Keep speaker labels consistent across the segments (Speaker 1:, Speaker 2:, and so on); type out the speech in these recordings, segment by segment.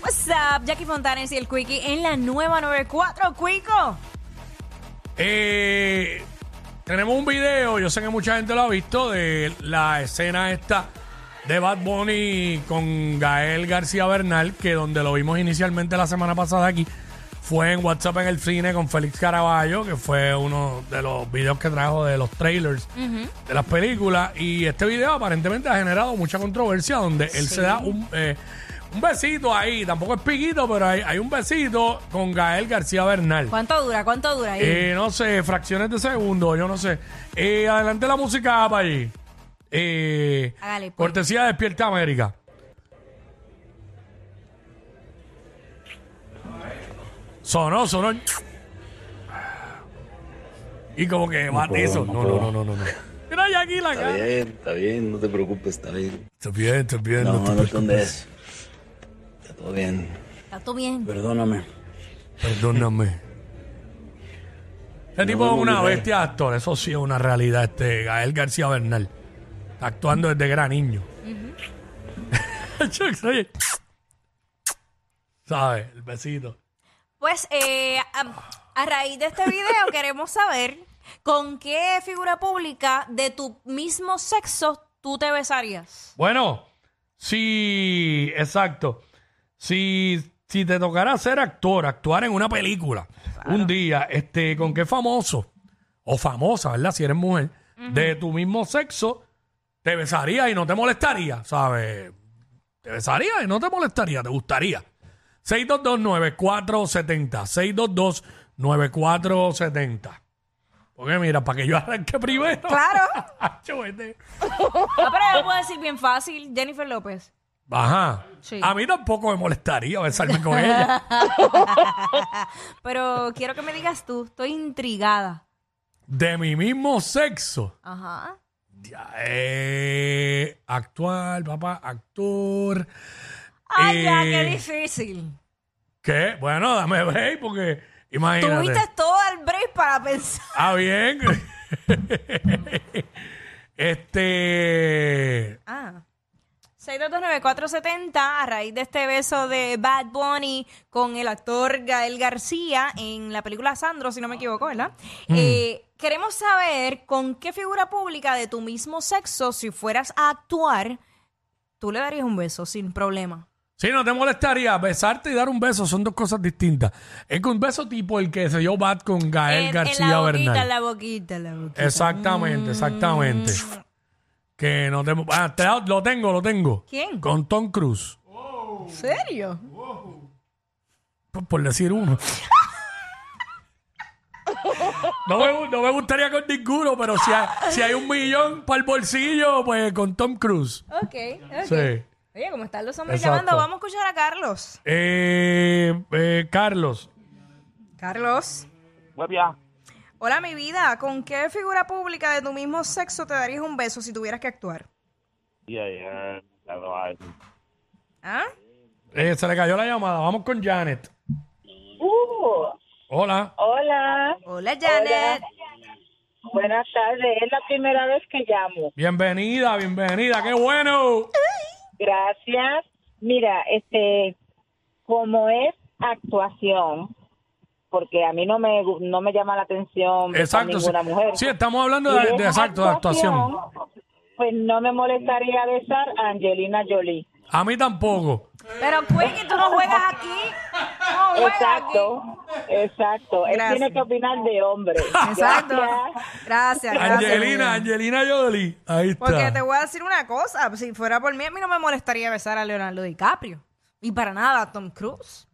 Speaker 1: What's up, Jackie Fontanes y el Quickie en la nueva 94, Quico.
Speaker 2: Eh, tenemos un video, yo sé que mucha gente lo ha visto, de la escena esta de Bad Bunny con Gael García Bernal, que donde lo vimos inicialmente la semana pasada aquí, fue en WhatsApp en el cine con Félix Caraballo, que fue uno de los videos que trajo de los trailers de las películas. Y este video aparentemente ha generado mucha controversia, donde él se da un, eh, un besito ahí, tampoco es piquito, pero hay, hay un besito con Gael García Bernal.
Speaker 1: ¿Cuánto dura? ¿Cuánto dura ahí?
Speaker 2: Eh, no sé, fracciones de segundo, yo no sé. Eh, adelante la música, Payi. Eh,
Speaker 1: Hágale, pues.
Speaker 2: cortesía de Despierta América. Sonó, sonó. Y como que va de eso. No, no, no, no, no. no. Mira, ya aquí la
Speaker 3: Está
Speaker 2: cara.
Speaker 3: bien, está bien, no te preocupes, está bien.
Speaker 2: Está bien, está bien.
Speaker 3: No,
Speaker 2: no te
Speaker 3: no te
Speaker 2: preocupes.
Speaker 3: hundes. Está todo bien.
Speaker 1: ¿Está todo bien?
Speaker 3: Perdóname.
Speaker 2: Perdóname. Este tipo es
Speaker 3: vemos,
Speaker 2: una
Speaker 3: mi rey.
Speaker 2: bestia de actor, eso sí es una realidad, este Gael García Bernal. Está actuando desde que era niño. Chuck, oye. ¿Sabes? El besito.
Speaker 1: Pues eh, a, a raíz de este video queremos saber con qué figura pública de tu mismo sexo tú te besarías.
Speaker 2: Bueno, sí, exacto. Si, si te tocara ser actor, actuar en una película un día, este, ¿con qué famoso o famosa, verdad? Si eres mujer, de tu mismo sexo, te besaría y no te molestaría, ¿sabes? Te besaría y no te molestaría, te gustaría. 622-9470. 622-9470. Porque mira, para que yo arranque primero.
Speaker 1: Claro.
Speaker 2: Yo, este-
Speaker 1: No, Ah, pero yo puedo decir bien fácil, Jennifer López.
Speaker 2: Ajá.
Speaker 1: Sí.
Speaker 2: A mí tampoco me molestaría besarme con ella.
Speaker 1: Pero quiero que me digas tú, estoy intrigada.
Speaker 2: De mi mismo sexo.
Speaker 1: Ajá.
Speaker 2: Ya, eh, actual, papá, actor.
Speaker 1: Ay, ya,
Speaker 2: Eh,
Speaker 1: qué difícil.
Speaker 2: ¿Qué? Bueno, dame break porque imagínate.
Speaker 1: Tuviste todo el break para pensar.
Speaker 2: Ah, bien. este...
Speaker 1: Ah. 6229470 a raíz de este beso de Bad Bunny con el actor Gael García en la película Sandro, si no me equivoco, ¿verdad?
Speaker 2: Mm.
Speaker 1: Eh, queremos saber con qué figura pública de tu mismo sexo, si fueras a actuar, tú le darías un beso sin problema.
Speaker 2: Sí, no te molestaría. Besarte y dar un beso son dos cosas distintas. Es que un beso tipo el que se dio Bat con Gael
Speaker 1: En- en,
Speaker 2: García
Speaker 1: la
Speaker 2: Bernal.
Speaker 1: boquita, en la boquita, en la boquita.
Speaker 2: Exactamente, exactamente. Que no te. Ah, te la- lo tengo, lo tengo.
Speaker 1: ¿Quién?
Speaker 2: Con Tom Cruise.
Speaker 1: ¿En serio?
Speaker 2: Por, por decir uno. No me, gu- no me gustaría con ninguno, pero si hay, si hay un millón para el bolsillo, pues con Tom Cruise.
Speaker 1: Ok, ok.
Speaker 2: Sí.
Speaker 1: Oye, como están los hombres
Speaker 2: Exacto.
Speaker 1: llamando, vamos a escuchar a Carlos.
Speaker 2: Eh, eh, Carlos,
Speaker 1: Carlos.
Speaker 4: Huevia,
Speaker 1: Hola, mi vida. ¿Con qué figura pública de tu mismo sexo te darías un beso si tuvieras que actuar?
Speaker 4: ya, ya, ya lo hay.
Speaker 1: ¿Ah?
Speaker 2: eh, se le cayó la llamada. Vamos con Janet.
Speaker 5: Uh,
Speaker 2: Hola.
Speaker 5: hola,
Speaker 1: Hola, Janet.
Speaker 5: buenas tardes. Es la primera vez que llamo.
Speaker 2: Bienvenida, bienvenida. ¡Qué bueno!
Speaker 5: Gracias. Mira, este, como es actuación, porque a mí no me gu- no me llama la atención besar
Speaker 2: Exacto. sí.
Speaker 5: ninguna mujer.
Speaker 2: Sí, estamos hablando
Speaker 5: Y
Speaker 2: de,
Speaker 5: es
Speaker 2: de- exacto, de actuación.
Speaker 5: Pues no me molestaría besar a Angelina Jolie.
Speaker 2: A mí tampoco.
Speaker 1: Pero, Quickie, tú no juegas aquí. No juegas
Speaker 5: Exacto, exacto.
Speaker 1: Gracias.
Speaker 5: Él tiene que opinar de hombre.
Speaker 1: aquí. Exacto.
Speaker 5: Gracias.
Speaker 1: Gracias, gracias.
Speaker 2: Angelina, Angelina Jolie. Ahí está.
Speaker 1: Porque te voy a decir una cosa. Si fuera por mí, a mí no me molestaría besar a Leonardo DiCaprio. Y para nada a Tom Cruise.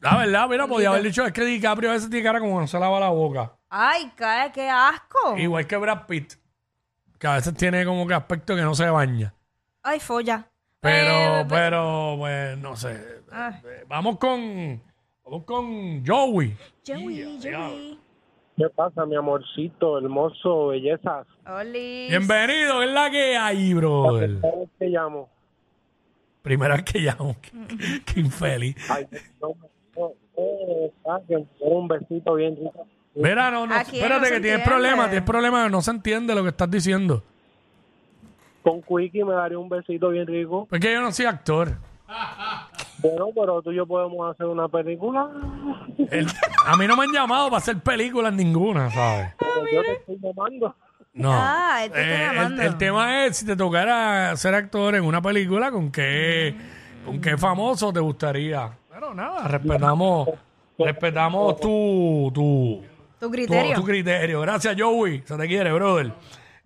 Speaker 2: La verdad, mira, podía haber dicho, es que DiCaprio a veces tiene cara como que no se lava la boca.
Speaker 1: Ay, cae, qué asco.
Speaker 2: Igual que Brad Pitt, que a veces tiene como que aspecto que no se baña.
Speaker 1: Ay, folla.
Speaker 2: Pero,
Speaker 1: Eh,
Speaker 2: pero, pues, no sé.
Speaker 1: Ah.
Speaker 2: Eh, Vamos con. Vamos con Joey.
Speaker 1: Joey, Joey.
Speaker 6: ¿Qué pasa, mi amorcito, hermoso, bellezas?
Speaker 1: Oli.
Speaker 2: Bienvenido, es la que hay, bro.
Speaker 6: ¿Cómo te llamo?
Speaker 2: Primera vez que llamo. Qué- Qué infeliz.
Speaker 6: Ay, no, no, eh, gracias, un besito bien rico.
Speaker 2: Mira, no, no,
Speaker 1: Aquí no
Speaker 2: espérate
Speaker 1: se
Speaker 2: que tienes
Speaker 1: entiende.
Speaker 2: problemas, tienes problemas, no se entiende lo que estás diciendo.
Speaker 6: Con Quickie me daría un besito bien rico.
Speaker 2: Porque yo no soy actor.
Speaker 6: Bueno, pero tú y yo podemos hacer una película.
Speaker 2: El- a mí no me han llamado para hacer películas ninguna, ¿sabes?
Speaker 6: Pero yo te estoy llamando.
Speaker 2: No.
Speaker 1: Ah, él te está
Speaker 2: Eh, el,
Speaker 1: llamando.
Speaker 2: el tema es, si te tocara ser actor en una película, ¿con qué, con qué famoso te gustaría? Pero nada, respetamos, respetamos tu, tu,
Speaker 1: Tu
Speaker 2: tu,
Speaker 1: criterio.
Speaker 2: tu criterio. Gracias, Joey. Se te quiere, brother.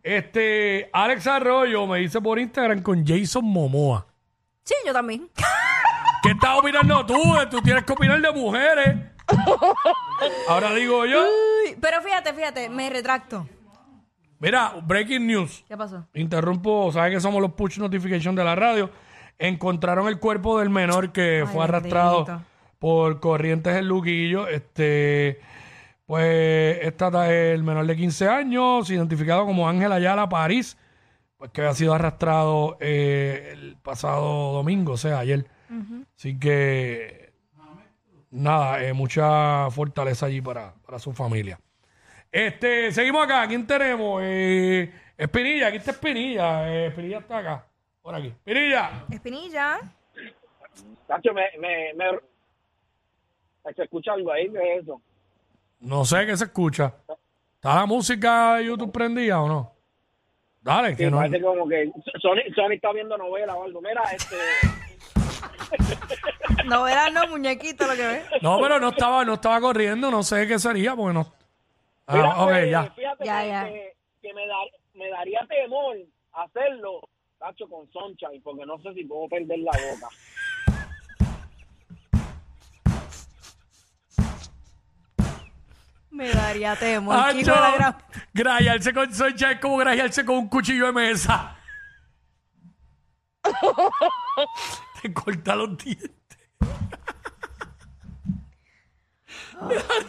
Speaker 2: Este, Alex Arroyo me dice por Instagram con Jason Momoa.
Speaker 1: Sí, yo también.
Speaker 2: ¿Qué estás opinando tú? Eh, Tú tienes que opinar de mujeres. Ahora digo yo.
Speaker 1: Uy, pero fíjate, fíjate, me retracto.
Speaker 2: Mira, breaking news.
Speaker 1: ¿Qué pasó?
Speaker 2: Interrumpo, ¿sabes que somos los push notification de la radio? Encontraron el cuerpo del menor que fue arrastrado
Speaker 1: bendito.
Speaker 2: por corrientes en Luquillo. Este, pues, esta ta- el menor de 15 años, identificado como Ángel Ayala París, pues que había sido arrastrado eh, el pasado domingo, o sea, ayer. Así que, nada, eh, mucha fortaleza allí para, para su familia. Este, seguimos acá. ¿Quién tenemos? Eh, Espinilla, aquí está Espinilla. Eh, Espinilla está acá. Por aquí. Espinilla.
Speaker 1: Espinilla.
Speaker 4: Tacho, me, me, me... Se escucha algo ahí, ¿qué es eso?
Speaker 2: No sé qué se escucha. ¿Está la música de YouTube prendida o no? Dale, que
Speaker 4: Sí,
Speaker 2: no.
Speaker 4: parece como que Sony, Sony está viendo novela o algo. Mira, este...
Speaker 1: No verás, no, muñequito, lo que ves.
Speaker 2: No, pero no estaba, no estaba corriendo. No sé qué sería porque no. Ah,
Speaker 4: mira,
Speaker 2: ok,
Speaker 4: pues,
Speaker 2: ya.
Speaker 4: Fíjate
Speaker 1: Ya,
Speaker 4: que,
Speaker 1: ya.
Speaker 4: que- que me, dar- me daría temor hacerlo, Tacho, con Sunshine, porque no sé si puedo perder la boca.
Speaker 1: Me daría temor.
Speaker 2: Ay,
Speaker 1: hijo de la gran-
Speaker 2: Grajearse con Soncha es como grajearse con un cuchillo de mesa. Te corta los dientes.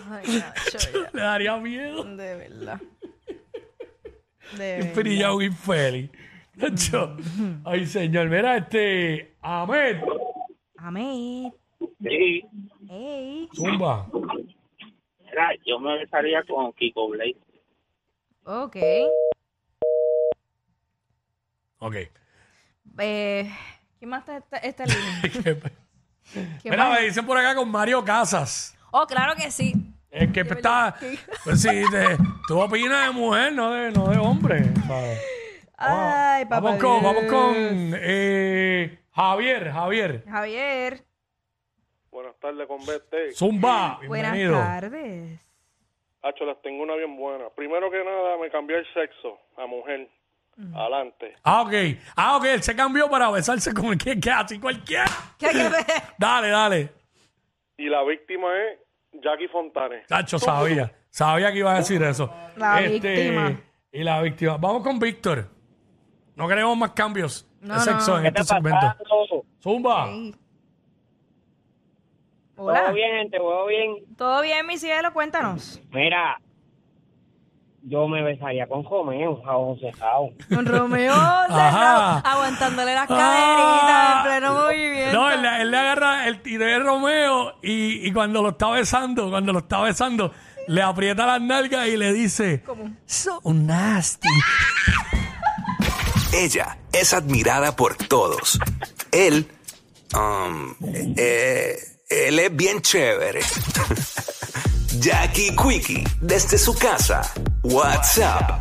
Speaker 1: Ay, Nacho,
Speaker 2: Le daría miedo.
Speaker 1: ya, de verdad. De
Speaker 2: Qué
Speaker 1: verdad.
Speaker 2: perilla un infeliz. Nacho. Ay, señor, mira este. Ahmed.
Speaker 1: Amén.
Speaker 4: Sí,
Speaker 1: Ey.
Speaker 2: Zumba.
Speaker 4: mira, yo me besaría con Kiko Blade.
Speaker 1: Ok.
Speaker 2: Ok.
Speaker 1: Eh, ¿Quién más está esta, esta línea? ¿Quién
Speaker 2: mira,
Speaker 1: más?
Speaker 2: me dicen por acá con Mario Casas.
Speaker 1: Oh, claro que sí.
Speaker 2: Es que está.
Speaker 1: verdad.
Speaker 2: Pues sí, te- tú opinas de mujer, no de, no de hombre. ¿sabes?
Speaker 1: Ay, papá.
Speaker 2: Vamos con, vamos
Speaker 1: Dios.
Speaker 2: con eh, Javier, Javier.
Speaker 1: Javier.
Speaker 7: Buenas tardes, con BT.
Speaker 2: Zumba.
Speaker 1: Buenas
Speaker 2: Bienvenido.
Speaker 1: tardes.
Speaker 7: Hacho, las tengo una bien buena. Primero que nada, me cambié el sexo a mujer. Adelante.
Speaker 2: Ah, ok. Ah, ok. Él se cambió para besarse con el que, que así cualquiera.
Speaker 1: ¿Qué hay que ver?
Speaker 2: Dale, dale.
Speaker 7: Y la víctima es Jackie Fontane.
Speaker 2: Tacho, sabía. Sabía que iba a decir eso. Este,
Speaker 1: La víctima.
Speaker 2: Y la víctima. Vamos con Víctor. No queremos más cambios
Speaker 1: No,
Speaker 2: de sexo
Speaker 1: no.
Speaker 2: en
Speaker 4: ¿Qué
Speaker 2: este
Speaker 4: está
Speaker 2: segmento.
Speaker 4: pasando?
Speaker 2: Zumba.
Speaker 1: Ey. Hola.
Speaker 4: Todo bien, gente, todo bien.
Speaker 1: ¿Todo bien, mi cielo? Cuéntanos.
Speaker 6: Mira, yo me besaría con Romeo, a José Jao.
Speaker 1: Con Romeo
Speaker 2: Ajá.
Speaker 1: cerrado, aguantándole las
Speaker 2: Ah.
Speaker 1: caderitas en pleno movimiento.
Speaker 2: No, él, le- él le agarra el tiré de Romeo y, y cuando lo está besando, cuando lo está besando, le aprieta las nalgas y le dice: So nasty.
Speaker 8: Ella es admirada por todos. Él, um, eh, él es bien chévere. Jackie Quickie, desde su casa. What's up?